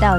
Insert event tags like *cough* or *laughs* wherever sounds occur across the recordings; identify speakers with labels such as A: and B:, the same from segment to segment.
A: 到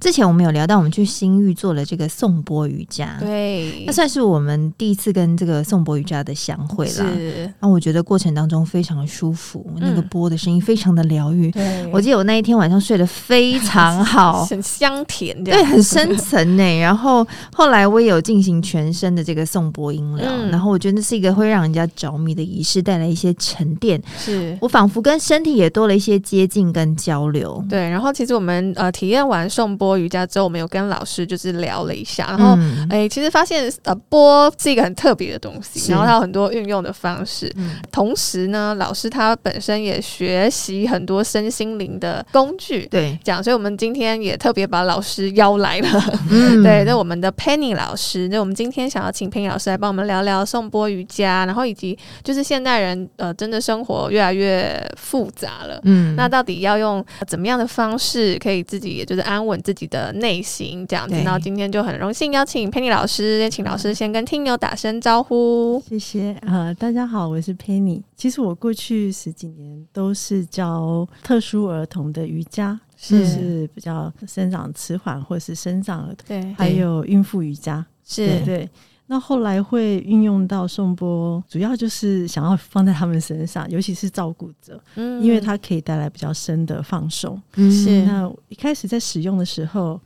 A: 之前我们有聊到，我们去新域做了这个颂钵瑜伽，
B: 对
A: 那算是我们第一次跟这个颂钵瑜伽的相会啦。
B: 是，
A: 那我觉得过程当中非常的舒服，那个
B: 嗯
A: 钵的声音非常的疗愈。
B: 对
A: 我记得我那一天晚上睡得非常 *laughs* 好，
B: 很香甜的，
A: 对，很深层呢、 *laughs* 然后后来我也有进行全身的这个颂钵音疗，
B: 嗯
A: 然后我觉得那是一个会让人家着迷的仪式，带来一些沉淀。
B: 是。
A: 我仿佛跟身体也多了一些接近跟交流。
B: 对，然后其实我们呃体验完颂钵瑜伽之后，我们有跟老师就是聊了一下，然后
A: 嗯
B: 哎、其实发现呃钵是一个很特别的东西，
A: 是
B: 然后它有很多运用的方式。
A: 嗯
B: 同时呢，老师他本身也学习很多身心灵的工具，
A: 对，
B: 讲，所以我们今天也特别把老师邀来了。
A: 嗯
B: *laughs* 对，那我们的 Penny 老师，那我们今天想要请 Penny 老师来帮我们聊聊颂钵瑜伽，然后以及就是现代人呃，真的生活越来越复杂了。
A: 嗯
B: 那到底要用怎么样的方式，可以自己也就是安稳自己的内心这样子
A: 对？
B: 那今天就很荣幸邀请 Penny 老师，请老师先跟听友打声招呼。
C: 谢谢啊、呃大家好，我是 Penny。其实我过去十几年都是教特殊儿童的瑜伽，
A: 是
C: 就是比较生长迟缓或是生长儿童，
B: 对，
C: 还有孕妇瑜伽，
B: 是，
C: 对。那后来会运用到颂钵，主要就是想要放在他们身上，尤其是照顾者，
B: 嗯
C: 因为它可以带来比较深的放松。
A: 嗯
B: 是
C: 那一开始在使用的时候，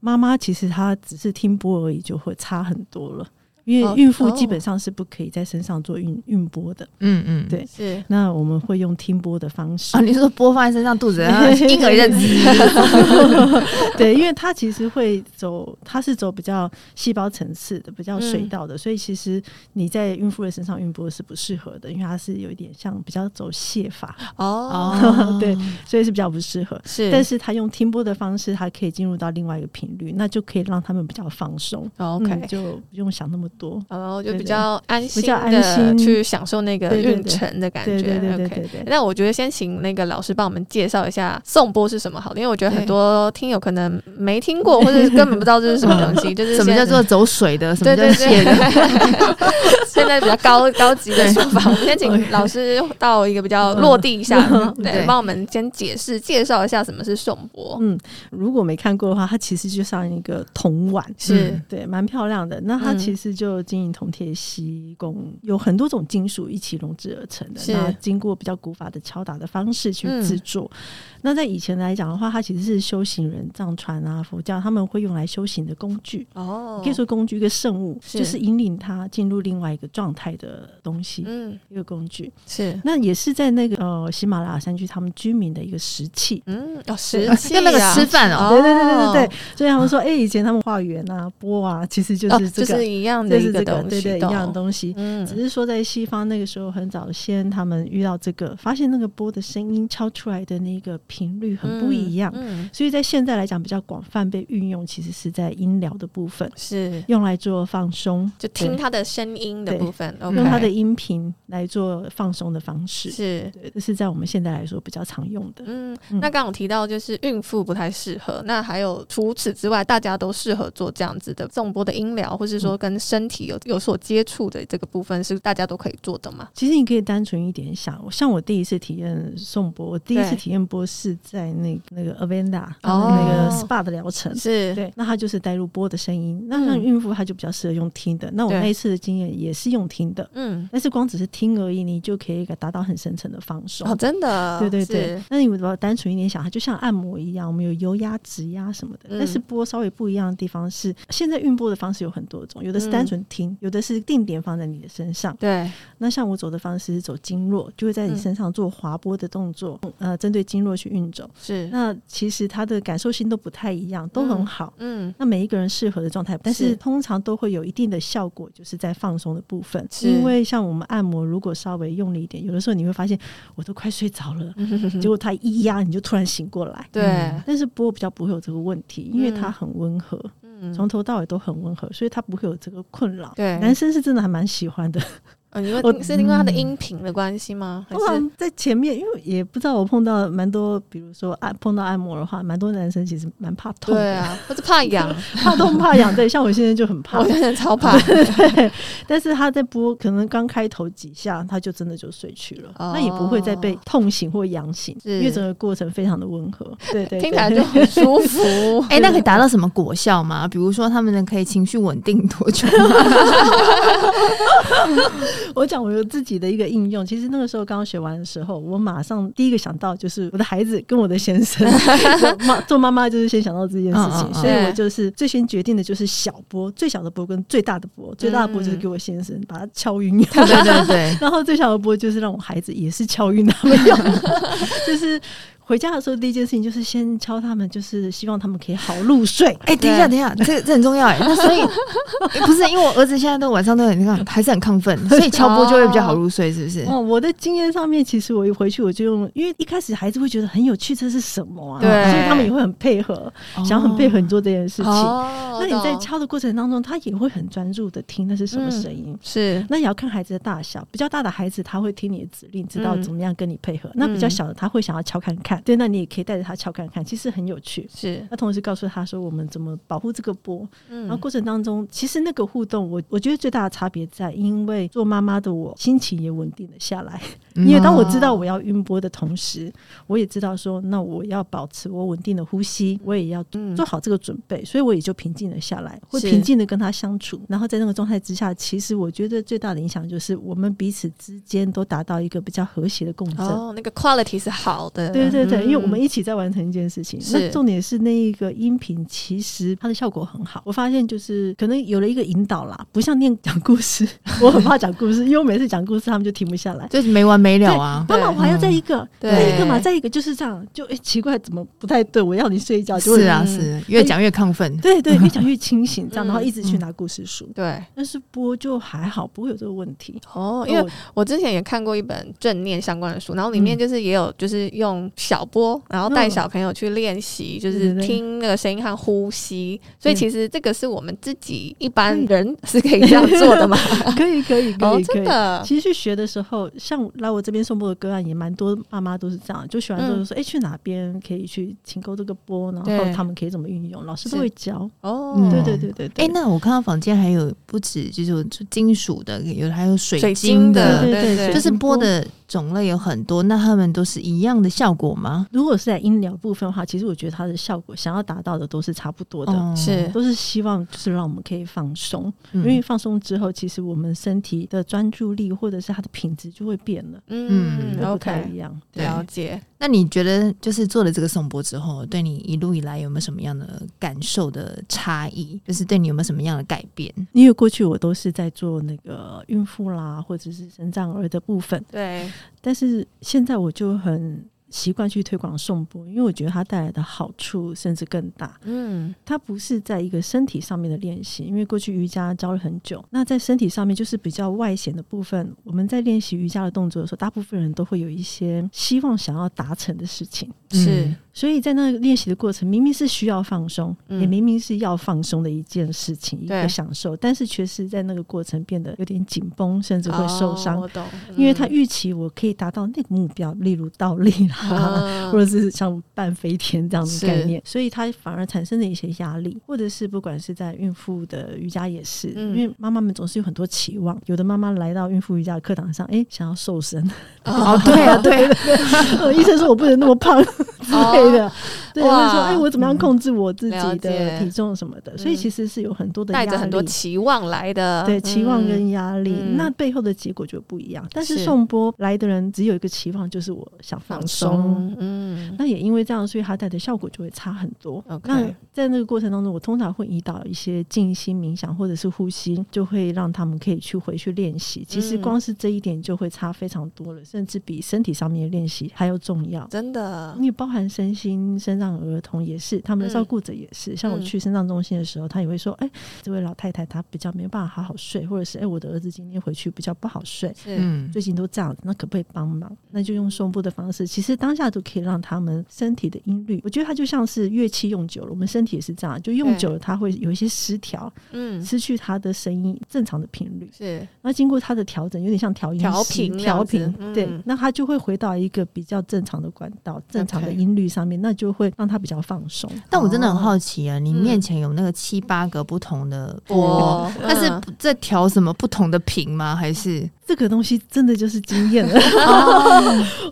C: 妈妈其实她只是听波而已，就会差很多了。因
B: 哦
C: 为孕妇
B: 哦
C: 基本上是不可以在身上做孕孕波的，
A: 嗯嗯
C: 对
B: 是
C: 那我们会用听波的方
B: 哦
C: 式
A: 啊，，你说播放在身上肚子，然 *laughs* 后婴儿认知，
C: *laughs* 对，因为它其实会走，它是走比较细胞层次的，比较水道
B: 嗯
C: 的，所以其实你在孕妇的身上孕波是不适合的，因为它是有一点像比较走泻法，
B: 哦，
C: 对，所以是比较不适合。
B: 是，
C: 但是它用听波的方式，它可以进入到另外一个频率，那就可以让他们比较放松。
B: 哦
C: 嗯
B: OK，
C: 就不用想那么多。
B: 然后就比
C: 对对
B: 较安心
C: 比较安
B: 的
C: 心
B: 去享受那个
C: 对对
B: 运
C: 对
B: 程的感
C: 对
B: 觉。
C: 对对对
B: OK，
C: 对对。
B: 那我觉得先请那个老师帮我们介绍一下颂钵是什么好了，因为我觉得很
A: 对
B: 多听友可能没听过，或者是根本不知道这是什么东
A: *laughs*
B: 西，就是
A: 什么
B: 现
A: 叫做走水的，
B: *laughs*
A: 什么
B: 对
A: 叫泻
B: 对
A: 的， *laughs*
B: 对， *laughs* 现在比较高高级的说法。我们先请老师到一个比较落地一下，嗯对，
A: 对
B: 帮我们先解释介绍一下什么是颂钵。
C: 嗯，如果没看过的话，它其实就像一个铜碗，
B: 是
A: 嗯
C: 对，蛮漂亮的。那它
B: 嗯
C: 其实就金银铜铁锡汞，有很多种金属一起溶制而成的。
B: 是
C: 那经过比较古法的敲打的方式去
B: 嗯
C: 制作。那在以前来讲的话，它其实是修行人藏传啊、佛教他们会用来修行的工具，
B: 哦
C: 可以说工具一个圣物，
B: 是
C: 就是引领他进入另外一个状态的东西。
B: 嗯，
C: 一个工具，
B: 是，
C: 那也是在那个呃喜马拉雅山区他们居民的一个石器，
B: 嗯，哦，实际
A: 跟那个
B: 啊
A: 吃饭哦，
B: 哦
C: 对对对对对对，所以他们说，哎、以前他们化缘啊、钵啊，其实就
B: 哦
C: 是这
B: 就
C: 个，
B: 是一样的
C: 就
B: 一
C: 是
B: 个
C: 这个，
B: 东
C: 对
B: 西，
C: 对，一
B: 懂
C: 样的东西。
B: 嗯
C: 只是说，在西方那个时候很早先，他们遇到这个，发现那个钵的声音敲出来的那个频率很不一样，
B: 嗯，嗯
C: 所以在现在来讲比较广泛被运用，其实是在音疗的部分，
B: 是
C: 用来做放松，
B: 就听
C: 对
B: 它的声音的
C: 对
B: 部分，
C: 用它的
B: OK
C: 音频来做放松的方式。
B: 是。
C: 对，这是在我们现在来说比较常用的。
B: 嗯，
C: 嗯
B: 那刚刚有提到就是孕妇不太适合，那还有除此之外，大家都适合做这样子的纵波的音疗，
C: 嗯
B: 或是说跟身体有有所接触的这个部分，是大家都可以做的嘛？
C: 其实你可以单纯一点想，我像我第一次体验颂钵，我第一次
B: 对
C: 体验钵是在那个那个 Avenda
B: 哦
C: 那个 SPA 的疗程。
B: 是，
C: 对，那它就是带入波的声音。那像
B: 嗯
C: 孕妇，她就比较适合用听的。那我
B: 对
C: 那一次的经验也是用听的，
B: 嗯，
C: 但是光只是听而已，你就可以达到很深层的放松。
B: 哦，真的，
C: 对对
B: 是
C: 对，，那你如果单纯一点想，它就像按摩一样，我们有油压、指压什么的。
B: 嗯
C: 但是波稍微不一样的地方是，现在运波的方式有很多种，有
B: 嗯
C: 的是单纯听，有的是定点放在你的身上。
B: 对，
C: 那像我走的方式是走经络，就会在
B: 嗯
C: 你身上做滑波的动作，呃，针对经络去运走。
B: 是，
C: 那其实它的感受性都不太一样，都很好。 *laughs*
B: 嗯，
C: 那每一个人适合的状态，但
B: 是
C: 是通常都会有一定的效果，就是在放松的部分。
B: 是
C: 因为像我们按摩，如果稍微用力一点，有的时候你会发现我都快睡着
B: 嗯
C: 了，结果它一压你就嗯突然醒过来。
B: 对，
C: 但是波比较不会有这个问题，因为它很温和，
B: 嗯，
C: 从头到尾都很温和，所以它不会有这个困扰。
B: 对
C: 男生是真的还蛮喜欢的，
B: 嗯，因
C: 我
B: 为是因为它的音频的关系吗？还
C: 通
B: 是
C: 常在前面，因为也不知道我碰到蛮多，比如说按碰到按摩的话，蛮多男生其实蛮怕痛
B: 对
C: 的，
B: 啊，或者怕痒，
C: *laughs* 怕痛怕 *laughs* 痒。对，像我现在就很怕
B: *laughs* 我，真的超
C: *laughs*
B: 怕。
C: 但是他在播，可能刚开头几下，他就真的就睡去了，
B: 哦
C: 那也不会再被痛醒或痒醒，
B: 是
C: 因为整个过程非常的温和。对对对，
B: 听起来就很舒服。
A: 哎、那可以达到什么果效吗？比如说，他们可以情绪稳定多久？
B: *laughs*
C: 我讲我有自己的一个应用，其实那个时候刚学完的时候，我马上第一个想到就是我的孩子跟我的先生， *laughs* 做妈做妈妈就是先想到这件事
A: 嗯嗯
C: 情，
A: 嗯
C: 所以我就是最先决定的就是小波，最小的波跟最大的波，最大的波就是给我先生把他敲晕用，
A: *laughs* 对对对，
C: *laughs* 然后最小的波就是让我孩子也是敲晕他们用， *laughs* 就是。回家的时候，第一件事情就是先敲他们，就是希望他们可以好入睡。
A: 哎、等一下，等
B: 对
A: 一下，这这很重要哎。那
B: *laughs*
A: 所以、哎不是因为我儿子现在都晚上都很那个，还是很亢奋，所以敲波就会比较好入睡，是不是？
C: 哦，我的经验上面，其实我一回去我就用，因为一开始孩子会觉得很有趣，这是什么啊？
B: 对
C: 所以他们也会很配合，想很配合你做这件事
B: *laughs*
C: 情。
B: 哦
C: 那你在
B: 懂嗯
C: 敲的过程当中，他也会很专注的听那是什么声音。
B: 是
C: 那也要看孩子的大小，比较大的孩子他会听你的指令，知道
B: 嗯
C: 怎么样跟你配合。那比较小的他会想要敲看看，对，那你也可以带着他敲看看，其实很有趣。
B: 是，
C: 那同时告诉他说我们怎么保护这个波，
B: 嗯
C: 然后过程当中，其实那个互动，我我觉得最大的差别在，因为做妈妈的我心情也稳定了下来。
A: 嗯
C: 因为当我知道我要晕波的同时，我也知道说，那我要保持我稳定的呼吸，我也要
B: 嗯
C: 做好这个准备，所以我也就平静了下来，会
B: 是
C: 平静的跟他相处。然后在那个状态之下，其实我觉得最大的影响就是我们彼此之间都达到一个比较和谐的共振。
B: 哦，那个 quality 是好的，
C: 对对对，
B: 嗯
C: 因为我们一起在完成一件事情。
B: 是
C: 那重点是那一个音频，其实它的效果很好。我发现就是可能有了一个引导啦，不像念讲故事， *laughs* 我很怕讲故事，因为我每次讲故事他们就停不下来。
A: 就没完没了啊。
C: 妈妈，我还要再一个，
B: 嗯对
C: 再一个嘛，再一个就是这样，就哎、诶奇怪，怎么不太对？我要你睡一觉，就是会
A: 啊，
B: 嗯
A: 是越讲越亢奋。
C: 对对，越讲越清醒，这样，
B: 嗯
C: 然后一直去拿故事书。
B: 对
C: 但是播就还好，不会有这个问题。
B: 哦，因为我之前也看过一本正念相关的书，然后里面就是也有就是用小波，然后带小朋友去练习，就是
C: 对嗯对对
B: 听那个声音和呼吸，所以
C: 对
B: 其实这个是我们自己一般人是可以这样做的嘛？
C: 我可以可以嗯 *laughs*
B: *laughs*
C: 可
B: 哦，
C: 以可
B: 真
C: 以。
B: 的，
C: 其实去学的时候，像来我这边送播的个案也蛮多，妈妈都是这样，就学完之后就说，哎、去哪边可以去请购这个播，然
B: 嗯对
C: 后他们可以怎么运用，老师都
B: 是
C: 会教。
B: 哦，
A: 嗯
C: 对对对对对。
A: 哎、那我看到房间还有不止这种金属的，有的还有水
B: 水
A: 晶
B: 晶
A: 的，
B: 的，
C: 对
B: 对
C: 对
B: 对，
C: 对
A: 就是播的种类有很多，那他们都是一样的效果吗？
C: 如果是在音疗部分的话，其实我觉得它的效果想要达到的都是差不多的。
A: 哦
B: 是
C: 都是希望就是让我们可以放松，
A: 嗯
C: 因为放松之后，其实我们身体的专注力或者是它的品质就会变了，
B: 嗯
C: 会不太
B: ，OK，
C: 一样。
A: 对
B: 了解。
A: 那你觉得就是做了这个颂钵之后，对你一路以来有没有什么样的感受的差异？就是对你有没有什么样的改变？
C: 因为过去我都是在做那个孕妇啦，或者是生长儿的部分，
B: 对，
C: 但是现在我就很习惯去推广颂钵，因为我觉得它带来的好处甚至更大。
B: 嗯，
C: 它不是在一个身体上面的练习，因为过去瑜伽教了很久，那在身体上面就是比较外显的部分。我们在练习瑜伽的动作的时候，大部分人都会有一些希望想要达成的事情。
B: 是哦
A: 嗯
C: 所以在那个练习的过程，明明是需要放松，
B: 嗯
C: 也明明是要放松的一件事情，一
B: 对
C: 个享受，但是却是在那个过程变得有点紧绷，甚至会受伤，
B: 哦我懂，
C: 因为他
B: 嗯
C: 预期我可以达到那个目标，例如倒立啦，
B: 啊
C: *laughs* 或者是像半飞天这样的
B: 是
C: 概念，所以它反而产生了一些压力，或者是不管是在孕妇的瑜伽也是，
B: 嗯
C: 因为妈妈们总是有很多期望，有的妈妈来到孕妇瑜伽的课堂上，哎、想要
B: *laughs*
C: 瘦身，
B: 嗯
A: 哦，对啊，对啊，
C: *laughs* 呃医生说我不能那
B: *laughs*
C: 么胖之类
B: 哦
C: 的，对，啊或
B: 哇嗯
C: 者说哎、我怎么样控制我自己
B: 了解嗯
C: 的体重什么的，所以其实是有很多的
B: 带
C: 压
B: 着很多
C: 力。
B: 期望来的，
C: 对期望
B: 嗯
C: 跟压力，
B: 嗯
C: 那背后的结果就不一样。但是
B: 是
C: 颂钵来的人只有一个期望，就是我想放
B: 放
C: 松，
B: 松，嗯，
C: 那也因为这样，所以它带的效果就会差很多。
B: OK
C: 那在那个过程当中，我通常会引导一些静心冥想或者是呼吸，就会让他们可以去回去练习。其实
B: 嗯
C: 光是这一点就会差非常多了，甚至比身体上面的练习还要重要。
B: 真的，
C: 你包含身心身障儿童也是，他们的照顾者也是。像我去身障中心的时候，他也会说：“哎、这位老太太她比较没有办法好好睡，或者是哎、我的儿子今天回去比较不好睡。”
B: 是
A: 嗯，
C: 最近都这样，那可不可以帮忙？那就用送步的方式，其实当下就可以让他们们身体的音律。我觉得它就像是乐器用久了，我们身体也是这样，就用久了它会有一些失调，
B: 嗯，
C: 失去它的声音正常的频率。
B: 是
C: 那经过它的调整，有点像调音师
B: 调频这
C: 调
B: 样子
C: 频，
B: 嗯
C: 对，那它就会回到一个比较正常的管道、正常的
B: OK
C: 音律上面，那就会让它比较放松。
A: 但我真的很
B: 哦
A: 好奇啊，你
B: 嗯
A: 面前有那个七八个不同的波，
B: 我，
A: 但是
B: 嗯
A: 不在调什么不同的频吗？还是
C: 这个东西真的就是经验
B: *laughs*
C: 了，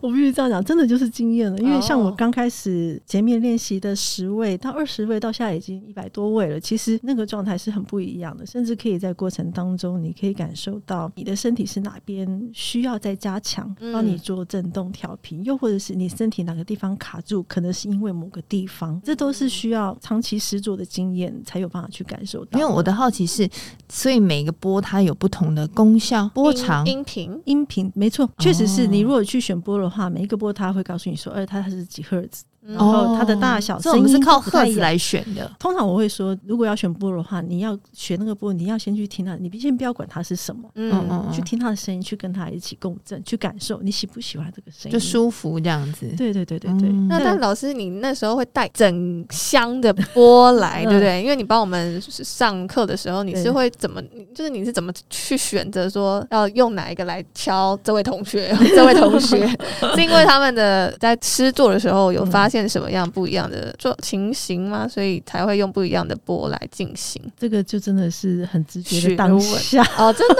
C: 我必须这样讲，真的就是经验了。因为像我
B: 哦
C: 刚开始前面练习的十位到二十位，到现在已经一百多位了，其实那个状态是很不一样的，甚至可以在过程当中，你可以感受到你的身体是哪边需要再加强，
B: 嗯
C: 帮你做震动调频，又或者是你身体哪个地方卡住，可能是因为某个地方，这都是需要长期实做的经验才有办法去感受到。
A: 没有？我的好奇是，所以每个波它有不同的功效、波
B: 音
A: 长。
B: 音频，
C: 音频没错，确实
B: 哦
C: 是你如果去选波的话，每一个波它会告诉你说，哎，它它是几赫兹，
B: 嗯
C: 然后它的大小
A: 所以我们
C: 声
A: 是
C: 音
A: 靠
C: 不太
A: 赫
C: 一
A: 兹
C: 样
A: 来选的。
C: 通常我会说，如果要选波的话，你要选那个波，你要先去听它，你先不要管它是什么，
A: 嗯
B: 嗯，
A: 嗯
C: 去
A: 嗯，
C: 听它的声音，去跟它一起共振，去感受你喜不喜欢这个声音，
A: 就。舒服这样子。
C: 对对对对对，
A: 嗯
B: 那
C: 对
B: 但老师，你那时候会带整箱的波来，
C: *laughs* 嗯
B: 对不对？因为你帮我们上课的时候，你
C: 对
B: 是会怎么，你就是你是怎么去选择说要用哪一个来敲这位同学、 *laughs* 这位同
C: *laughs*
B: 学？是因为他们的在吃做的时候有发现什么样不一样的做情形吗？所以才会用不一样的波来进行？
C: 这个就真的是很直觉
B: 学
C: 的当
B: 问
C: 下，
B: 哦，真的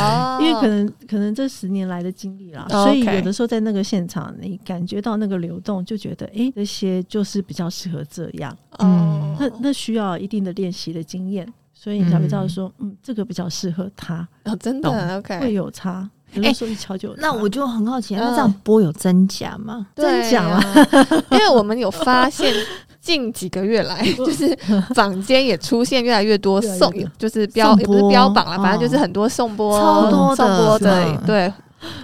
B: 哦，
C: 嗯因为可能可能这十年来的经历啦，
B: 哦
C: 所以
B: OK
C: 有的时候在那个现场，你感觉到那个流动，就觉得哎，诶这些就是比较适合这样。
B: 哦
A: 嗯，
C: 那那需要一定的练习的经验，所以你才会知道说，嗯这个比较适合他，
B: 哦，真的
A: 懂
B: OK，
C: 会有差。
B: 哎
C: 有的时候一敲就有差、
A: 那我就很好奇，
B: 嗯
A: 那这样波有真假吗？
B: *laughs* 对
C: 真假
B: 啊， *laughs* 因为我们有发现。近几个月来，就是坊间也出现越来越多
C: 越来越
B: 送
C: 多，
B: 就是标
A: 送
B: 也不是
A: 播
B: 标榜了，
A: 嗯
B: 反正就是很多送播、
A: 超多的
B: 送播
A: 是
B: 的
A: 吧
B: 对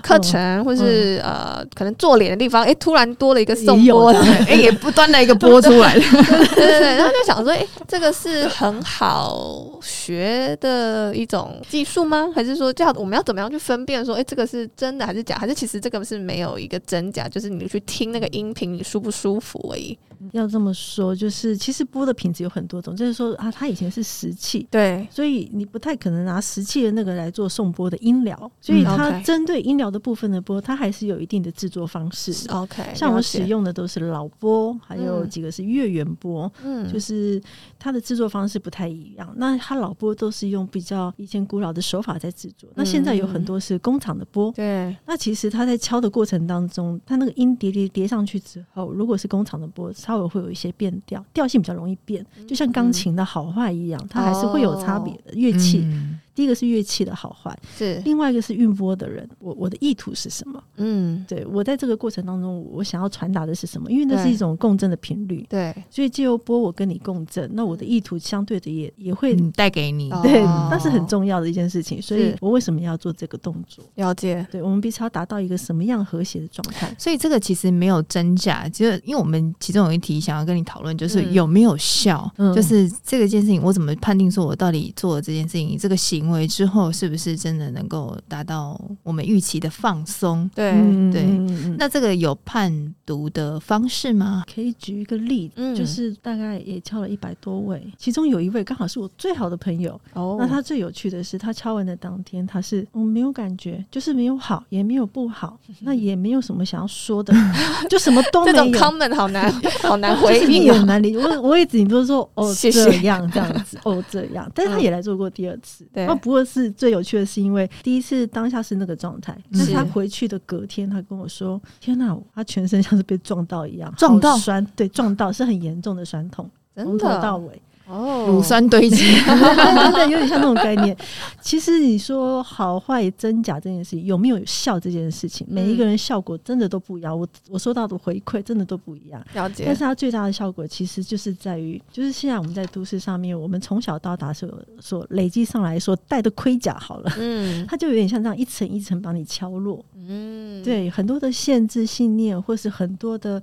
B: 课程，或是呃，可能做脸的地方，哎，突然多了一个送
C: 也有
B: 播的，
A: 哎、也不端了一个波出来了。
B: *laughs* 对对对，然后就想说，哎，这个是很好学的一种技术吗？还是说，这样我们要怎么样去分辨说，哎，这个是真的还是假？还是其实这个是没有一个真假，就是你去听那个音频，你舒不舒服而已。
C: 要这么说，就是其实波的品质有很多种，就是说啊，它以前是石器。
B: 对，
C: 所以你不太可能拿石器的那个来做送波的音疗，所以
B: 嗯
C: 它
B: OK
C: 针对音疗的部分的波，它还是有一定的制作方式。
B: OK，
C: 像我
B: 了解
C: 使，用的都是老波，还有
B: 嗯
C: 几个是月圆波，
B: 嗯，
C: 就是它的制作方式不太一样。那它老波都是用比较以前古老的手法在制作，那现在有
B: 嗯
C: 很多是工厂的波。
B: 对，
C: 那其实它在敲的过程当中，它那个音叠叠叠上去之后，如果是工厂的波，稍微会有一些变调，调性比较容易变，
B: 嗯
C: 就像钢琴的好坏一样，它还是会有差别的。乐器、
A: 嗯
C: 第一个是乐器的好坏，
B: 是，
C: 另外一个是运波的人，我我的意图是什么？
B: 嗯，
C: 对我在这个过程当中，我想要传达的是什么？因为那是
B: 对
C: 一种共振的频率。
B: 对，
C: 所以借由波我跟你共振，那
B: 嗯
C: 我的意图相对的也也会、
A: 嗯带给你。
B: 哦
C: 对，那是很重要的一件事情。所以
B: 是
C: 我为什么要做这个动作？
B: 了解，
C: 对我们必须要达到一个什么样和谐的状态？
A: 所以这个其实没有真假，就是因为我们其中有一题想要跟你讨论，就是
B: 嗯
A: 有没有效，
C: 嗯
A: 就是这个件事情，我怎么判定说我到底做了这件事情，这个行为之后是不是真的能够达到我们预期的放松？
B: 对，
C: 嗯
A: 对
C: 嗯嗯嗯
A: 那这个有判读的方式吗？
C: 可以举一个例子，
B: 嗯
C: 就是大概也敲了一百多位，其中有一位刚好是我最好的朋友。
B: 哦
C: 那他最有趣的是，他敲完的当天，他是我、嗯没有感觉，就是没有好，也没有不
B: *laughs*
C: 好，那也没有什么想要说的， *laughs* 就什么都
B: 这
C: 没
B: 种
C: 有。
B: comment 好
C: *laughs*
B: 难，好难回
C: 就是你
B: 应
C: 也很
B: 哦，
C: 难理解。我 *laughs* 我也顶多说哦
B: 谢谢嗯
C: 这样这样子，哦这样。但是他也来做过第二次，
B: 对
C: 那不过是最有趣的是，因为第一次当下是那个状态，但是他回去的隔天，他跟我说：“天哪、他全身像是被撞到一样，
A: 撞到
C: 好酸，对，撞到是很严重的酸痛，从
B: 真
C: 头
B: 的
C: 到尾， *laughs*
B: 哦，
A: 乳酸堆
B: *laughs*
A: 积，
C: 对对对，有点像那种概念。其实你说好坏真假这件事情，有没有效这件事情，
B: 嗯
C: 每一个人效果真的都不一样。我我收到的回馈真的都不一样。
B: 了
C: 但
B: 解
C: 是，它最大的效果其实就是在于，就是现在我们在都市上面，我们从小到大所所累积上来说戴的盔甲好了，
B: 嗯
C: 它就有点像这样一层一层帮你敲落。
B: 嗯，
C: 对，很多的限制信念，或是很多的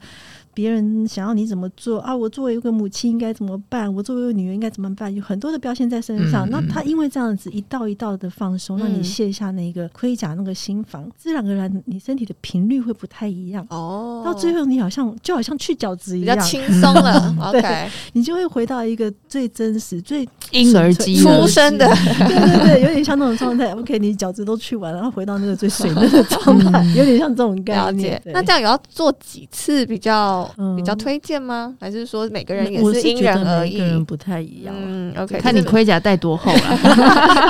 C: 别人想要你怎么做啊，我作为一个母亲应该怎么办，我作为一个女人应该怎么办，有很多的标签在身
A: 嗯
C: 上。那他因为这样子一道一道的放松，让你
B: 嗯
C: 卸下那个盔甲、那个心防，自然而然你身体的频率会不太一样。
B: 哦，
C: 到最后，你好像就好像去角质一
B: 比较
C: 样，
B: 轻松了。OK，
C: *laughs* 你就会回到一个最真实、最
A: 婴儿肌
C: 纯
A: 了
B: 出
C: 粹
B: 生 *laughs* 的，
C: 对对对，有点像那种状态。OK，你角质都去完了，然后回到那个最水嫩的状态，有点像这种概
B: 嗯了
C: 念
B: 解。。
C: 对
B: 那这样有要做几次比较
C: 嗯
B: 比较推荐吗？还是说每个人也
C: 我是
B: 因
C: 觉
B: 人
C: 得
B: 而
C: 每一
B: 异
C: 个？人不太一样啊。
B: 嗯，OK，
A: 看你
B: *laughs* 就是
A: 盔甲带多厚
B: *laughs*
A: 了、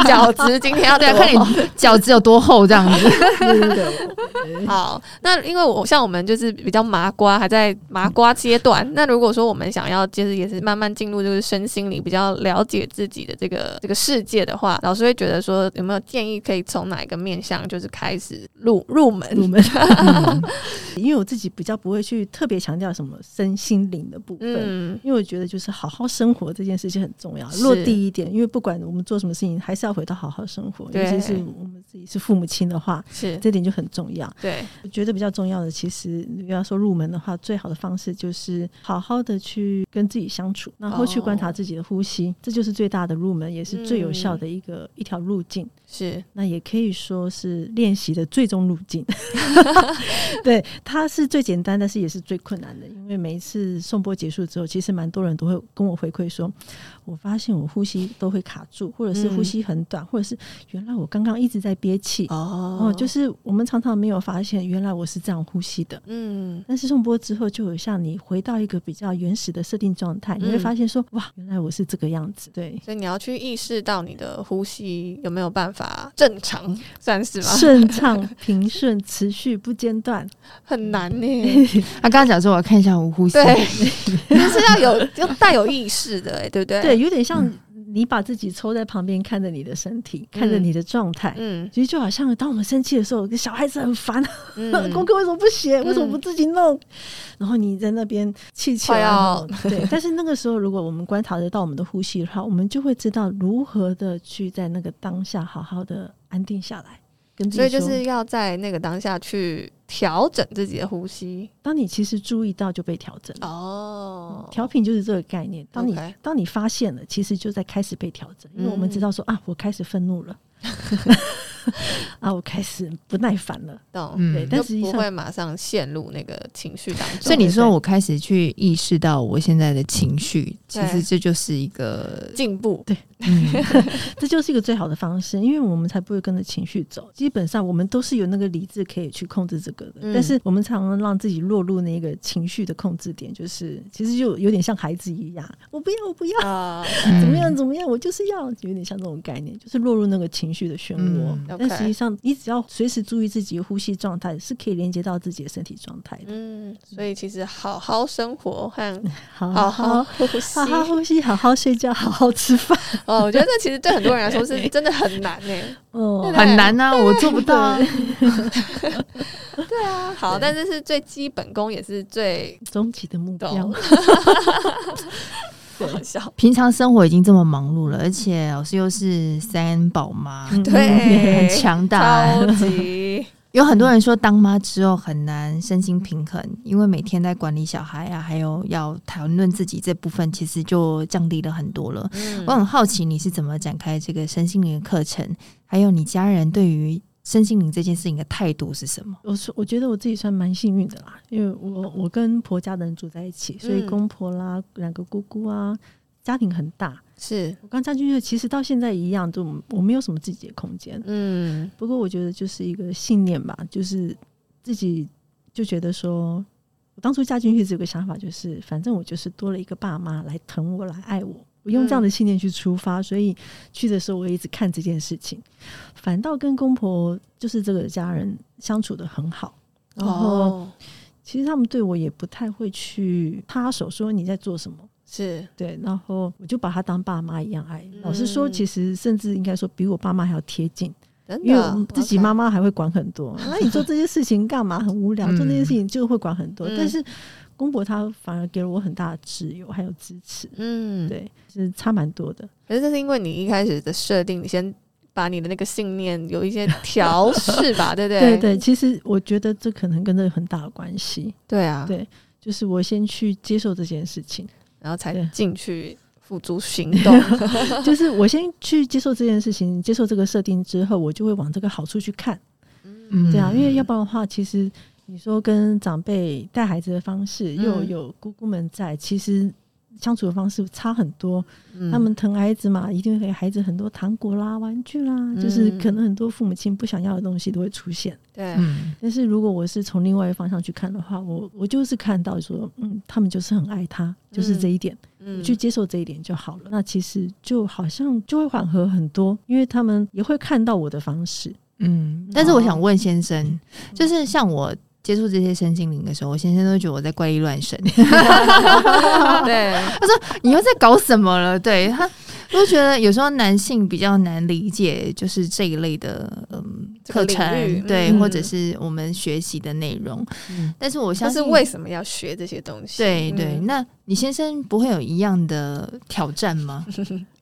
B: 脚趾今天
C: *laughs*
B: 要
A: 对
B: 对
A: 啊，，看你 *laughs* 脚趾有多厚这样
B: *laughs*
A: 子。
C: 对对对，
B: 好，那因为我像我们就是比较麻瓜，还在麻瓜阶段。那如果说我们想要就是也是慢慢进入就是身心灵比较了解自己的这个这个世界的话，老师会觉得说有没有建议可以从哪一个面向就是开始入入门？*laughs*
C: 入门，
A: 嗯
C: 因为我自己比较不会去特别强调什么身心灵的部分。
B: 嗯，
C: 因为我觉得就是好好生活这件事情很重要，
B: 是
C: 落地一点。因为不管我们做什么事情，还是要回到好好生活。
B: 对
C: 尤其是我们自己是父母亲的话，
B: 是
C: 这点就很重要。
B: 对，
C: 我觉得比较重要的，其实你要说入门的话，最好的方式就是好好的去跟自己相处，然后去观察自己的呼吸，这就是最大的入门，也是最有效的一个、一条路径。
B: 是
C: 那也可以说是练习的最终路径，对，它是最简单，但是也是最困难的。因为每一次送播结束之后，其实蛮多人都会跟我回馈说，我发现我呼吸都会卡住，或者是呼吸很短，或者是原来我刚刚一直在憋气。
B: 哦
C: 哦，就是我们常常没有发现，原来我是这样呼吸的。
B: 嗯，
C: 但是送波之后，就有像你回到一个比较原始的设定状态，你会
B: 嗯
C: 发现说，哇，原来我是这个样子。对，
B: 所以你要去意识到你的呼吸有没有办法正常，
C: 嗯
B: 算是吗？
C: *laughs* 顺畅、平顺、持续、不间断。
B: 很难
C: *laughs*
B: 呢，
A: 他刚刚讲说，我要看一下我呼吸。
B: 对，就是要有要带有意识的，哎，对不对？
C: 对，，有点像你把自己抽在旁边，看着你的身体，看着你的状态。
B: 嗯
C: 其实就好像当我们生气的时候，小孩子很烦， *laughs*
B: 嗯
C: 功课为什么不写？
B: 嗯
C: 为什么不自己弄？然后你在那边气气
B: 快
C: 啊
B: 要，
C: 对。
B: *laughs*
C: 但是那个时候，如果我们观察得到我们的呼吸的话，我们就会知道如何的去在那个当下好好的安定下来。跟自己
B: 所以就
C: 说
B: 是要在那个当下去调整自己的呼吸
C: 当你其实注意到就被调整了。
B: 哦
C: 调频就是这个概念。当你
B: OK
C: 当你发现了，其实就在开始被调整，因为我们
B: 嗯
C: 知道说、啊，我开始愤怒
B: *laughs*
C: 了， *laughs* 啊，我开始不耐烦了。
B: 懂，
A: 嗯
C: 对，
B: 就
C: 但实际
B: 不
C: 上
B: 会马上陷入那个情绪当中。
A: 所以你说
C: 对
A: 我开始去意识到我现在的情绪，其实
B: 对
A: 这就是一个
B: 进
C: *laughs*
B: 步
A: 嗯
C: 这就是一个最好的方式，因为我们才不会跟着情绪走。基本上我们都是有那个理智可以去控制这个的，
B: 嗯
C: 但是我们常常让自己落入那个情绪的控制点，就是其实就有点像孩子一样，我不要，我不要，
B: 啊，
C: 怎么样怎么样，我就是要，有点像这种概念，就是落入那个情绪的漩涡。
A: 嗯
C: 但
B: OK
C: 实际上，你只要随时注意自己的呼吸状态，是可以连接到自己的身体状态的。
B: 嗯，所以其实好好生活
C: *laughs*
B: 和
C: 好
B: 好好
C: 好
B: 呼吸
C: 好好呼吸，好好睡觉，好好吃饭。
B: 哦，我觉得这其实对很多人来说是真的很难欸呢。
C: 哦，
A: 很难啊，我做不到啊。
B: 对啊，好，但这是最基本功，也是最
C: 终极的目标
B: 懂。好笑。
A: 平常生活已经这么忙碌了，而且老师又是三宝妈，
C: 嗯
B: 对，
A: 很强大。
B: 超
C: *laughs*
B: 级
A: 有很多人说当妈之后很难身心平衡，因为每天在管理小孩啊，还有要谈论自己这部分，其实就降低了很多了。
B: 嗯
A: 我很好奇你是怎么展开这个身心灵的课程，还有你家人对于身心灵这件事情的态度是什么？
C: 我是我觉得我自己算蛮幸运的啦，因为我我跟婆家的人住在一起，所以
B: 嗯
C: 公婆啦、两个姑姑啊，家庭很大。
B: 是
C: 我刚嫁进去，其实到现在一样，就我没有什么自己的空间。
B: 嗯
C: 不过我觉得就是一个信念吧，就是自己就觉得说，我当初嫁进去这个想法就是，反正我就是多了一个爸妈来疼我，来爱我。我用这样的信念去出发，所以去的时候我一直看这件事情，反倒跟公婆就是这个家人相处的很好，然后
B: 哦
C: 其实他们对我也不太会去插手说你在做什么，
B: 是
C: 对，然后我就把他当爸妈一样爱。
B: 嗯
C: 老实说，其实甚至应该说比我爸妈还要贴近。
B: 真的，
C: 因为我们自己
B: OK
C: 妈妈还会管很
B: 哦
C: 多。那你做这些事情干嘛？很无
B: *laughs*
C: 聊，
A: 嗯
C: 做这些事情就会管很多。
B: 嗯
C: 但是公婆他反而给了我很大的自由还有支持，
B: 嗯，
C: 对，是差蛮多的。
B: 可是这是因为你一开始的设定，你先把你的那个信念有一些
C: *laughs*
B: 调试吧，对不对？
C: 对对，其实我觉得这可能跟这个很大的关系。
B: 对啊，
C: 对就是我先去接受这件事情，
B: 然后才
C: 对
B: 进去付诸行动。 *laughs*
C: 就是我先去接受这件事情，接受这个设定之后，我就会往这个好处去看。
A: 嗯，
C: 对啊，因为要不然的话，其实你说跟长辈带孩子的方式，又
B: 嗯
C: 有姑姑们在，其实相处的方式差很多。
B: 嗯
C: 他们疼孩子嘛，一定会给孩子很多糖果啦、玩具啦，
B: 嗯
C: 就是可能很多父母亲不想要的东西都会出现。
B: 对，
A: 嗯
C: 但是如果我是从另外一个方向去看的话，我我就是看到说，嗯，他们就是很爱他，就是这一点，
B: 嗯
C: 我去接受这一点就好了。那其实就好像就会缓和很多，因为他们也会看到我的方式。
A: 嗯，但是
C: 哦
A: 我想问先
C: 嗯
A: 生，就是像我。接触这些身心灵的时候，我先生都会觉得我在怪力乱
C: *laughs*
A: 神，
B: *laughs* 对，
A: 你又在搞什么了？对他，我就觉得有时候男性比较难理解，就是这一类的嗯
B: 这个
A: 课
B: 领
A: 程，
B: 域
A: 对，
B: 嗯
A: 或者是我们学习的内容。
C: 嗯
A: 但是我相
B: 但是
A: 信，
B: 为什么要学这些东西？
A: 对对，
B: 嗯
A: 那你先生不会有一样的挑战
C: *laughs*
A: 吗？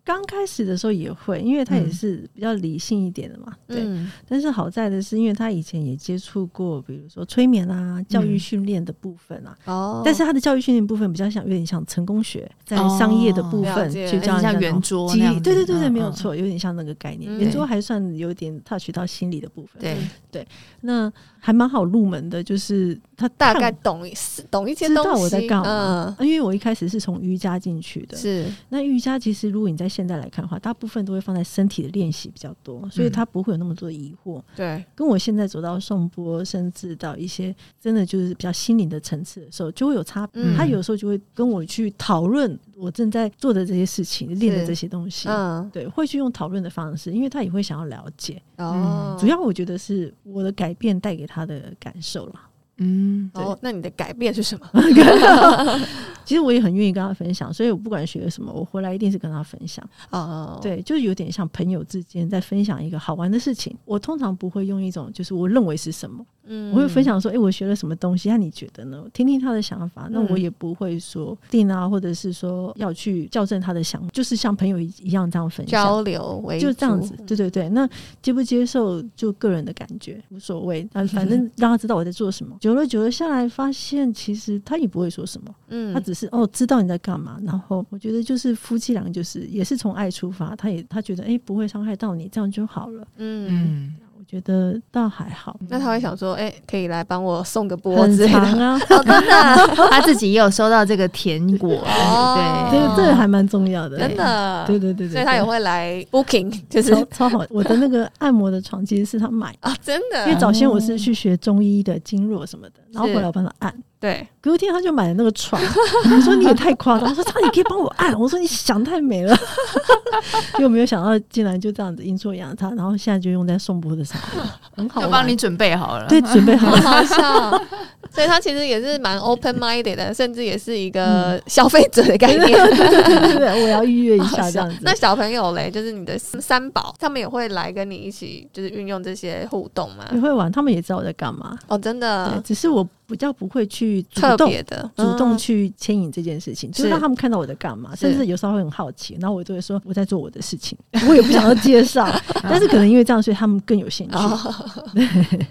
C: 刚开始的时候也会，因为他也
A: 嗯
C: 是比较理性一点的嘛，对。
B: 嗯
C: 但是好在的是，因为他以前也接触过，比如说催眠啊、教育
A: 嗯
C: 训练的部分啊，
B: 哦，
C: 但是他的教育训练部分比较像有点像成功学，在商业的部
B: 哦了
C: 分
B: 解
C: 去
A: 有
B: 有点
C: 教
A: 点
C: 人家
A: 像
C: 那
A: 圆
C: 种
A: 桌
C: 激
A: 那样
C: 励，
A: 子，
C: 对对对对，
A: 嗯
C: 没有。
A: 嗯
C: 错，有点像那个概念。
B: 嗯
C: 圆桌还算有点 touch 到心理的部分，
A: 对，
C: 那还蛮好入门的，就是他
B: 大
C: 看
B: 概懂一是懂一些
C: 知
B: 东
C: 道
B: 西，
C: 我在干嘛
B: 嗯，，
C: 因为我一开始是从瑜伽进去的，
B: 是
C: 那瑜伽其实，如果你在现在来看的话，大部分都会放在身体的练习比较多，所以
A: 嗯
C: 他不会有那么多疑惑。
B: 对，
C: 跟我现在走到颂钵，甚至到一些真的就是比较心灵的层次的时候，就会有差别。
B: 嗯
C: 他有时候就会跟我去讨论我正在做的这些事情，练的这些东西。
B: 嗯，
C: 对，会去用讨论的方式，因为他也会想要了解。
B: 哦，
C: 嗯主要我觉得是我的改变带给他的感受啦。
A: 嗯，
B: 哦，那你的改变是什
C: *laughs*
B: 么？
C: 其实我也很愿意跟他分享，所以我不管学什么，我回来一定是跟他分享。
B: 哦，
C: 对，就有点像朋友之间在分享一个好玩的事情。我通常不会用一种就是我认为是什么，
B: 嗯
C: 我会分享说，哎、我学了什么东西，那你觉得呢？听听他的想法，那我
B: 嗯
C: 也不会说定啊，或者是说要去校正他的想法，就是像朋友一一样这样分享。
B: 交流为
C: 就这样
B: 主
C: 子，对对对，那接不接受就个人的感觉无所谓，那
B: *laughs*
C: 反正让他知道我在做什么。久了久了下来，发现其实他也不会说什么，
B: 嗯，
C: 他只是哦知道你在干嘛，然后我觉得就是夫妻俩就是也是从爱出发，他也他觉得哎、不会伤害到你，这样就好了。
B: 嗯。
A: 嗯，
C: 我觉得倒还好，
B: 那他会想说，哎、可以来帮我送个波
C: 很
B: 之类
C: 长
B: 的， *laughs*
C: 啊，
B: 哦，真的，
A: 他自己也有收到这个甜果，
B: 哦
C: 这
A: 对，
C: 个这个还蛮重要的，哎
B: 真的，啊
C: 对对对对，
B: 所以他也
C: 有
B: 会来 booking，就是
C: 超超好。我的那个按摩的床其实是他买的，
B: 啊、真
C: 因为
B: 的，
C: 早先我是去学中医的经络什么的，然后回来我帮他按。
B: 对，
C: 隔天他就买了那个床，我说你也太夸张，他说这样你可以帮我按，我说你想太美了， *laughs* 因为我没有想到竟然就这样子阴错阳差，然后现在就用在颂钵的上面，很好
A: 就
C: 玩
A: 帮你准备好了。
C: *laughs* 对准备好
B: *laughs* 好好
C: *laughs*
B: 笑。所以他其实也是蛮 open minded 的，甚至也是一
C: 嗯
B: 个消费者的概念。 *laughs*
C: *laughs* 对对，我要预约一
B: 好
C: 下这
B: 笑
C: 样子。
B: 那小朋友嘞，就是你的三宝，他们也会来跟你一起，就是运用这些互动嘛。
C: 也会玩，他们也知道我在干嘛，
B: 哦，真
C: 对
B: 的，
C: 只是我比较不会去主
B: 特
C: 动
B: 别的，
C: 主动
B: 嗯
C: 去牵引这件事情，就是是让他们看到我在干嘛，
B: 是
C: 甚至有时候会很好奇，然后我就会说我在做我的
B: *laughs*
C: 事情，我也不想要介绍，但是可能因为这样，所以他们更有兴趣。 *laughs*
B: 哦，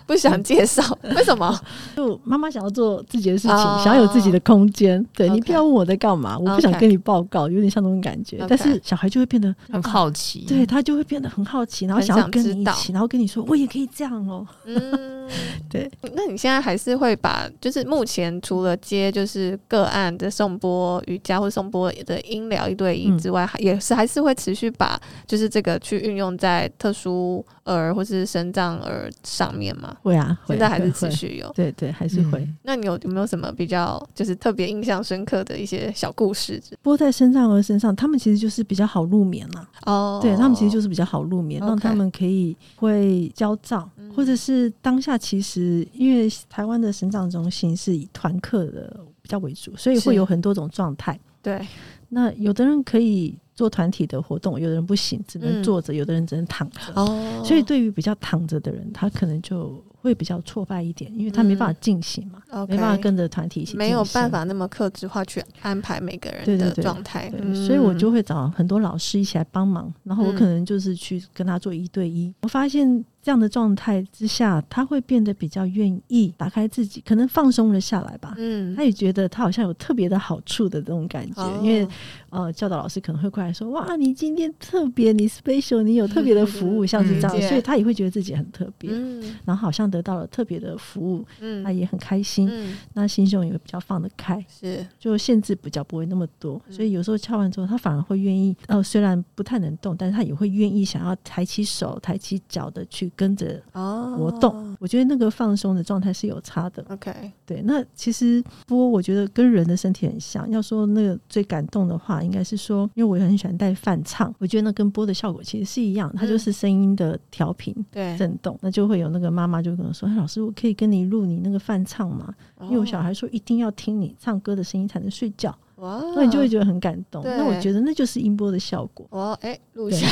B: 不想介绍，为什么？
C: 就妈妈想要做自己的事情，
B: 哦
C: 想要有自己的空间，对
B: OK
C: 你不要问我在干嘛，我不想
B: OK
C: 跟你报告，有点像那种感觉
B: OK。
C: 但是小孩就会变得
A: 很好奇，
C: 对他就会变得很好奇，然后
B: 很
C: 想要
B: 想
C: 跟
B: 知
C: 你一
B: 道
C: 起，然后跟你说我也可以这样哦，
B: 嗯，
C: *laughs* 对。
B: 那你现在还是会把，就是目前除了接就是个案的送播瑜伽或送播的音疗一对一之外，还
C: 嗯
B: 也是还是会持续把就是这个去运用在特殊儿或是生障儿上面嘛？
C: 会啊，会
B: 现在还是
C: 会
B: 持
C: 会
B: 续有。
C: 对对，还是
A: 嗯
C: 会。
B: 那你有有没有什么比较就是特别印象深刻的一些小故事之？
C: 不过在身障儿身上，他们其实就是比较好入眠啦、
B: 哦，
C: 对他们其实就是比较好入眠，让
B: OK 嗯
C: 他们可以会焦躁，或者是当下其实因为台湾的成长中心是以团课的比较为主，所以
B: 是
C: 会有很多种状态。
B: 哦对，
C: 那有的人可以做团体的活动，有的人不行，只能
B: 嗯
C: 坐着，有的人只能躺着。
B: 哦，
C: 所以对于比较躺着的人，他可能就会比较挫败一点，因为他没办法进行嘛，
B: 嗯 OK
C: 没办法跟着团体一起，
B: 没有办。法那么克制化去安排每个人
C: 对对
B: 的
C: 对
B: 状态，
C: 对，
B: 嗯
C: 所以我就会找很多老师一起来帮忙，然后我
B: 嗯
C: 可能就是去跟他做一对一。我发现这样的状态之下，他会变得比较愿意打开自己，可能放松了下来吧。
B: 嗯
C: 他，也觉得他好像有特别的好处的这种感觉，
B: 哦
C: 因为呃，教导老师可能会过来说：“哇，你今天特别，你 special，你有特别的服务，像是这
B: 理
C: 样，
B: 解
C: 所以他也会觉得自己很特别，
B: 嗯
C: 然后好像得到了特别的服务，他
B: 嗯
C: 也很开心，
B: 嗯，
C: 那心胸也会比较放得开。”
B: 是
C: 就限制比较不会那么多，所以有时候敲完之后，他反而会愿意，呃，虽然不太能动，但是他也会愿意想要抬起手、抬起脚的去跟着
B: 哦，嗯
C: 活动。我觉得那个放松的状态是有差的。
B: OK，
C: 对，那其实波我觉得跟人的身体很像。要说那个最感动的话，应该是说，因为我也很喜欢带伴唱，我觉得那跟波的效果其实是一样，它就是声音的调频。
B: 对，
C: 震动，那就会有那个妈妈就跟我说：“哎，老师，我可以跟你录你那个伴唱吗？因为我小孩说一定要听你唱歌的声音才能睡觉。”
B: 哦哇，
C: 那你
A: 嗯
C: 就会觉得很感动。
B: 对。
C: 那我觉得那就是音波的效果
A: *laughs*
B: 我哎录
C: 对 *laughs*
B: 下，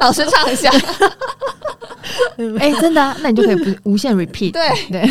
B: 老师唱一下，
A: 哎、真的、啊，那你就可以不无限 repeat。
B: 对
A: 对，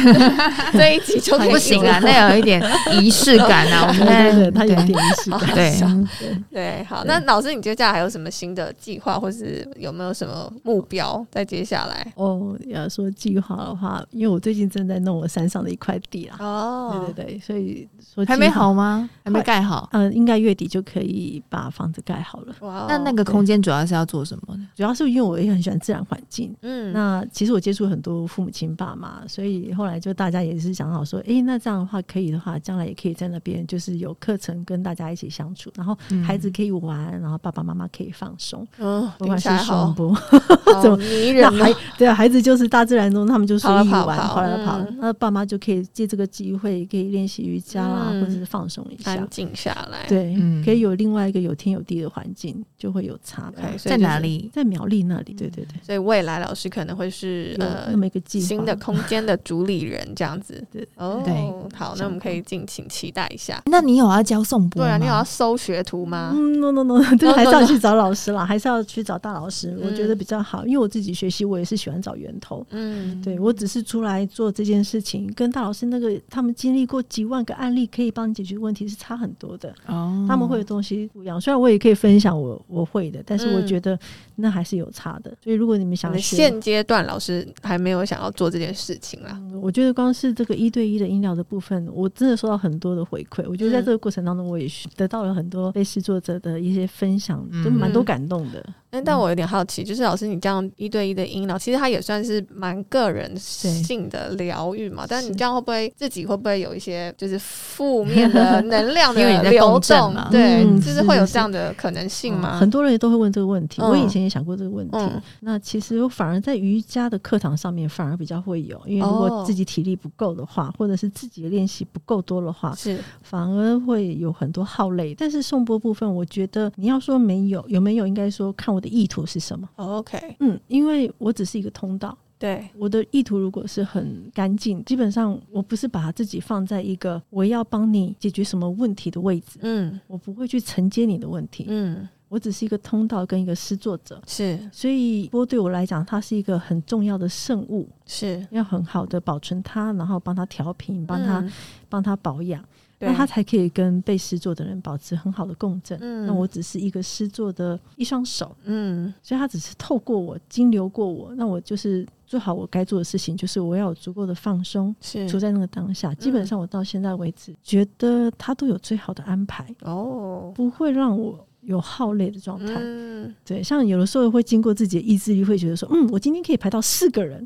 B: 这一集就可以
A: 不行啊，那有一点仪式感啊。我们
C: 对对
A: 在
C: 对，它有点仪
A: *laughs*
C: 式 *laughs* 感。
A: 对
B: 好
A: 对
B: 对，好，那老师，你接下来还有什么新的计划，或是有没有什么目标？在接下来
C: 哦，要说计划的话，因为我最近正在弄我山上的一块地啦。
B: 哦
C: 对对对，所以说
A: 还
C: 计
A: 没
C: 划
A: 好。吗？还没盖好。
C: 嗯、应该月底就可以把房子盖好了。
B: 哇哦
A: 那那个空间主要是要做什么呢？
C: 主要是因为我也很喜欢自然环境。
B: 嗯
C: 那其实我接触很多父母亲爸妈，所以后来就大家也是想好说，诶，那这样的话可以的话，将来也可以在那边就是有课程跟大家一起相处，然后
A: 嗯
C: 孩子可以玩，然后爸爸妈妈可以放松。
B: 嗯，
C: 不
B: 听
C: 管
B: 起
C: 是
B: 来好
C: *laughs* 双播，
B: 好
C: 怎么
B: 迷
C: 那
B: 人哦
C: 孩对啊，孩子就是大自然中，他们就随意
B: 跑来跑
C: 玩，
B: 跑
C: 跑来跑，
B: 嗯
C: 那爸妈就可以借这个机会，可以练习瑜伽啦，
B: 嗯
C: 或者是放松一下
B: 安。静下来，
C: 对，
A: 嗯
C: 可以有另外一个有天有地的环境，就会有差别。
B: OK，所以
A: 在
B: 就是
A: 哪？里？
C: 在苗栗那里，对对对，
B: 所以未来老师可能会是
C: 有
B: 呃
C: 那么一个计划。
B: 新的空间的主理人这样子
C: 对。
B: 哦
A: 对，
B: 好，那我们可以敬请期待一下。
A: 那你有要教颂钵
B: 对
A: 吗？
B: 啊，你有要收学徒吗？
C: 嗯，no no no，这个
B: no,
C: 还是要
B: 啊 no
C: 去找老师啦，还是要去找大老师，我觉得
B: 嗯
C: 比较好，因为我自己学习，我也是喜欢找源头。
B: 嗯，
C: 对我只是出来做这件事情，跟大老师那个他们经历过几万个案例，可以帮你解决问题是差很多的。
A: 哦，
B: 嗯
C: 他们会的东西不一样，虽然我也可以分享我我会的，但是我
B: 嗯
C: 觉得那还是有差的。所以如果你们
B: 可
C: 想
B: 能
C: 学，
B: 现阶段老师还没有想要做这件事情啦。
C: 嗯我觉得光是这个一对一的医疗的部分，我真的收到很多的回馈。我觉得在
B: 嗯
C: 这个过程当中，我也学得到了很多被试作者的一些分享，
A: 嗯
C: 就蛮多
B: 嗯
C: 感动的。
B: 哎，但我有点好奇，就是老师你这样一对一的引导，其实它也算是蛮个人性的疗愈嘛。但你
C: 是
B: 这样会不会自己会不会有一些就是负面的能量
C: *laughs*
A: 因为
B: 的
A: 你在
B: 流
A: 共振
B: 动
A: 嘛？
B: 对，
C: 嗯
B: 就是
C: 是
B: 会有
C: 是
B: 这样的可能性吗？
C: 很多人都会问这个问题，
B: 啊嗯
C: 我以前也想过这个问题。
B: 嗯
C: 那其实我反而在瑜伽的课堂上面反而比较会有，因为如
B: 哦
C: 果自己体力不够的话，或者是自己的练习不够多的话，
B: 是
C: 反而会有很多耗累。但是颂钵部分，我觉得你要说没有有没有，应该说看我的意图是什么。
B: 哦 OK，
C: 嗯，因为我只是一个通道，
B: 对，
C: 我的意图如果是很干净，基本上我不是把自己放在一个我要帮你解决什么问题的位置，
B: 嗯
C: 我不会去承接你的问题，
B: 嗯，
C: 我只是一个通道跟一个施作者。
B: 是
C: 所以钵对我来讲，它是一个很重要的圣物，
B: 是，
C: 要很好的保存它，然后帮它调频，帮它、
B: 嗯
C: 帮它保养。
B: 对
C: 那他才可以跟被施作的人保持很好的共振。
B: 嗯
C: 那我只是一个施作的一双手，
B: 嗯
C: 所以他只是透过我，经流过我，那我就是做好我该做的事情，就是我要有足够的放松，
B: 是
C: 处在那个当下。基
B: 嗯
C: 本上我到现在为止，觉得他都有最好的安排，
B: 哦，
C: 不会让我有耗累的状态。
B: 嗯
C: 对，像有的时候会经过自己的意志力，会觉得说，嗯，我今天可以排到四个人，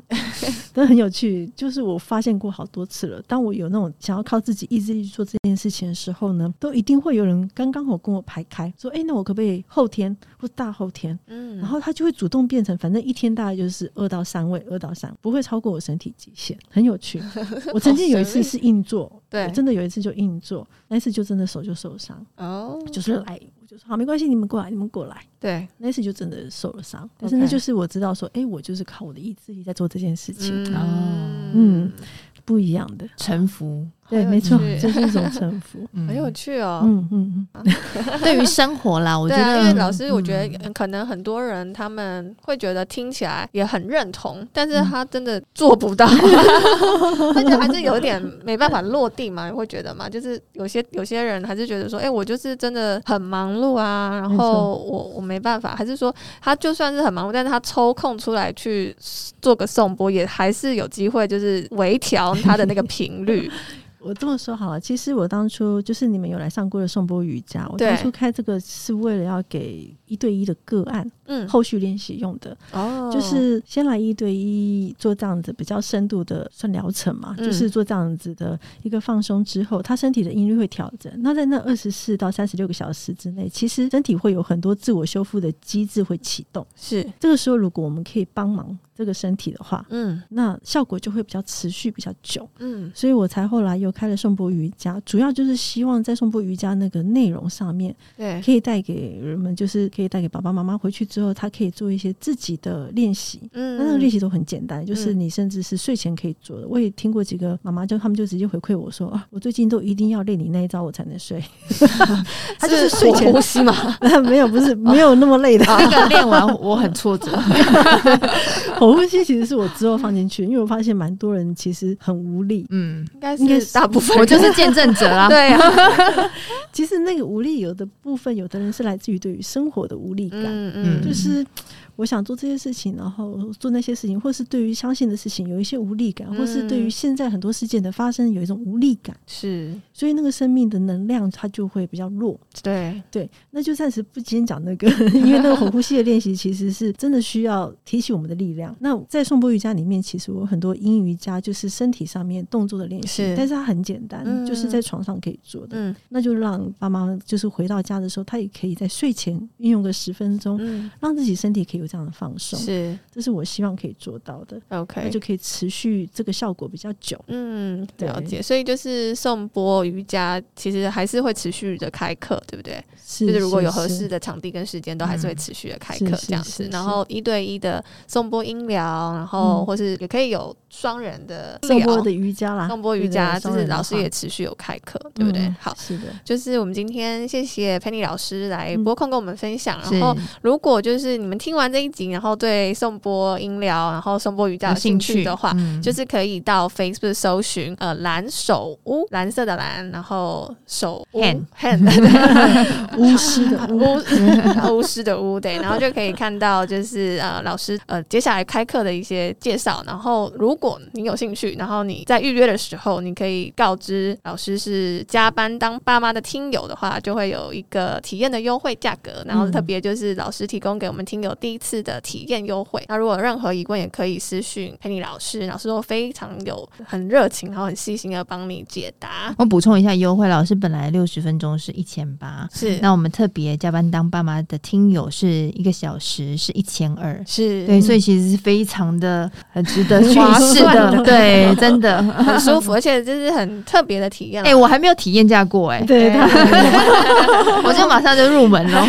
C: 但很有趣。就是我发现过好多次了，当我有那种想要靠自己意志力去做这件事情的时候呢，都一定会有人刚刚好跟我排开，说，哎、那我可不可以后天或大后天？
B: 嗯，
C: 然后他就会主动变成，反正一天大概就是二到三位，二到三，不会超过我身体极限，很有趣。我曾经有一次是硬座，
B: 对
C: 我真的有一次就硬座，那一次就真的手就受伤，
B: 哦，
C: 就是来，我就说好，没关系，你们过来，你们过来。
B: 对，
C: 那次就真的受了伤，但是那就是我知道说，哎、我就是
B: 嗯
C: 靠我的意志力在做这件事情，
A: 哦
C: 嗯不一样的。
A: 臣服
C: 对，
B: 好有
C: 没错
B: 趣，
C: 这是一种臣
B: *laughs*
C: 服。
B: 很有趣哦。
C: 嗯嗯嗯，
A: 嗯对于生活啦，我觉
B: 对啊，因为
A: 得
B: 老师，我觉得嗯可能很多人他们会觉得听起来也很认同，但
C: 嗯
B: 是他真的做不
C: *laughs*
B: 到，他觉得还是有点没办法落地嘛，你会觉得嘛，就是有些有些人还是觉得说，哎、我就是真的很忙碌啊，然
C: 没错
B: 后我我没办法，还是说他就算是很忙碌，但是他抽空出来去做个颂钵，也还是有机会，就是微调他的那个频
C: *laughs*
B: 率，
C: 我这么说好了，其实我当初就是你们有来上过的颂钵瑜伽，我
B: 对
C: 当初开这个是为了要给一对一的个案
B: 嗯，
C: 后续练习用的，
B: 哦
C: 就是先来一对一做这样子比较深度的算疗程嘛，
B: 嗯
C: 就是做这样子的一个放松之后，他身体的音律会调整。那在那二十四到三十六个小时之内，其实身体会有很多自我修复的机制会启动。
B: 是，
C: 这个时候，如果我们可以帮忙这个身体的话，
B: 嗯
C: 那效果就会比较持续比较久。
B: 嗯
C: 所以我才后来又开了颂钵瑜伽，主要就是希望在颂钵瑜伽那个内容上面，
B: 对。
C: 可以带给人们，就是可以带给爸爸妈妈回去之后，他可以做一些自己的练习。
B: 嗯
C: 那那个练习都很简单，就是你甚至是睡前可以做的。我也听过几个妈妈，就他们就直接回馈我说啊，我最近都一定要练你那一招，我才能睡。 *laughs* 他就是 *laughs* 睡前
B: 呼吸嘛，
C: 没有，不是没有那么累
A: *laughs*
C: 的。*laughs*
A: 那个练完我很挫折，
C: 我呼吸其实是我之后放进去，因为我发现蛮多人其实很无力。
A: 嗯，
B: 应该
C: 应该
B: 是
C: 是
B: 大部分
A: 我就是见证者啦。
B: 对啊，
C: *laughs* 其实那个无力有的部分，有的人是来自于对于生活的无力感。
B: 嗯
C: 就
A: 嗯
C: 是我想做这些事情，然后做那些事情，或是对于相信的事情有一些无力感，
B: 嗯
C: 或是对于现在很多事件的发生有一种无力感，
B: 是
C: 所以那个生命的能量它就会比较弱。
B: 对，
C: 对，那就暂时不先讲
B: *laughs*
C: 那个，因为那个火呼吸的练习其实是真的需要提起我们的力量。那在颂钵瑜伽里面，其实我有很多阴瑜伽，就是身体上面动作的练习，
B: 是
C: 但是它很简单，
B: 嗯
C: 就是在床上可以做的。
B: 嗯
C: 那就让爸妈就是回到家的时候，他也可以在睡前运用个十分钟，
B: 嗯
C: 让自己身体可以有这样的放松，
B: 是
C: 这是我希望可以做到的，那
B: OK，
C: 就可以持续这个效果比较久。
B: 嗯
C: 对
B: 了解，所以就是颂钵瑜伽其实还是会持续的开课，对不对？
C: 是
B: 就是如果有合适
C: 的，
B: 的场地跟时间，都还是会持续的开课
C: 是是
B: 这样
C: 是
B: 子
C: 是。
B: 然后一对一的颂钵音疗，然后
C: 嗯
B: 或是也可以有双人的
C: 颂钵
B: 疗
C: 的瑜伽啦，
B: 颂钵瑜
C: 对对
B: 伽，就
C: 双
B: 是
C: 人的
B: 老师也
C: 话
B: 持续有开课，对不对
C: 嗯？
B: 好，
C: 是的，
B: 就是我们今天谢谢佩妮老师来
C: 嗯
B: 播控跟我们分享，
A: 是
B: 然后如果就是你们听完这一集，然后对颂钵音疗，然后颂钵瑜伽有兴趣的话，
A: 嗯
B: 就是可以到 Facebook 搜寻呃蓝手屋，蓝色的蓝，然后手屋
A: Hand
B: *laughs* hand *laughs*
C: 巫师的巫
B: 巫巫师的巫对，然后就可以看到就是呃老师呃接下来开课的一些介绍，然后如果你有兴趣，然后你在预约的时候，你可以告知老师是加班当爸妈的听友的话，就会有一个体验的优惠价格，然后特
C: 嗯
B: 别就是老师提供给我们听友第一次的体验优惠。那如果有任何疑问，也可以私讯佩妮老师，老师都非常有很热情，然后很细心的帮你解答。
A: 我补充一下，优惠老师本来六十分钟是一千八，
C: *laughs*
B: 是
A: 那我们特别加班当爸妈的听友是一个小时是一千二。
B: 是
A: 对，所以其实是非常的很值得去
B: 划
A: 试
B: 算
A: 的，对，真的。
B: 很舒
A: *laughs*
B: 服，而且就是很特别的体验啦。
A: 哎、我还没有体验价过、哎，
C: 对
B: 对
C: 他
A: 我就马上就入门了。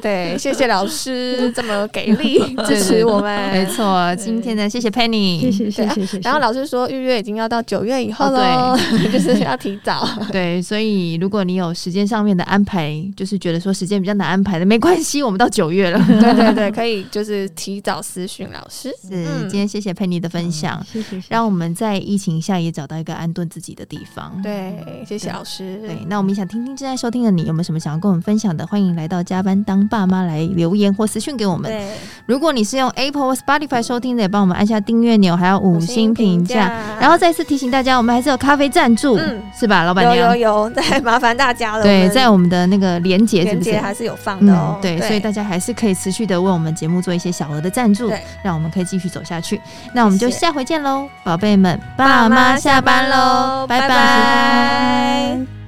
B: 对，谢谢老
A: *laughs*
B: 师这么给力支
A: 对
B: 持我们。
A: 没错，今天呢，谢谢 Penny，
C: *laughs* 谢谢
B: 对
C: 谢
B: 啊
C: 谢谢谢。
B: 然后老师说预约已经要到九月以后喽，
A: 哦 *laughs*
B: 就是要提早。
A: 对，所以如果你有时间上面的安排，就是觉得说时间比较难安排的，没关系，我们到九月了。
B: 对对对，可以就是提早私讯老师。
A: 是
B: 嗯，
A: 今天谢谢佩妮的分享，
C: 谢谢，谢谢
A: 让我们在疫情下也找到一个安顿自己的地方。
B: 对，谢谢老师。
A: 对，那我们也想听听正在收听的你有没有什么想要跟我们分享的？欢迎来到加班当爸妈来留言或私讯给我们。
B: 对，
A: 如果你是用 Apple 或 Spotify 收听的，也帮我们按下订阅钮，还有五星评价。然后再次提醒大家，我们还是有咖啡赞助，
B: 嗯
A: 是吧，老板
B: 有
A: 娘？
B: 有有，再麻烦大家了。我
A: 对，
B: 们
A: 在我们的那个连接是
B: 链
A: 不是嗯
B: 接？还是有放的哦。
A: 对，所以大家还是可以持续的为我们节目做一些小额的赞助
B: 对，
A: 让我们可以继续走下去。那我们就
B: 谢谢
A: 下回见喽，宝贝们，爸妈下班喽，拜
B: 拜
A: 拜
B: 拜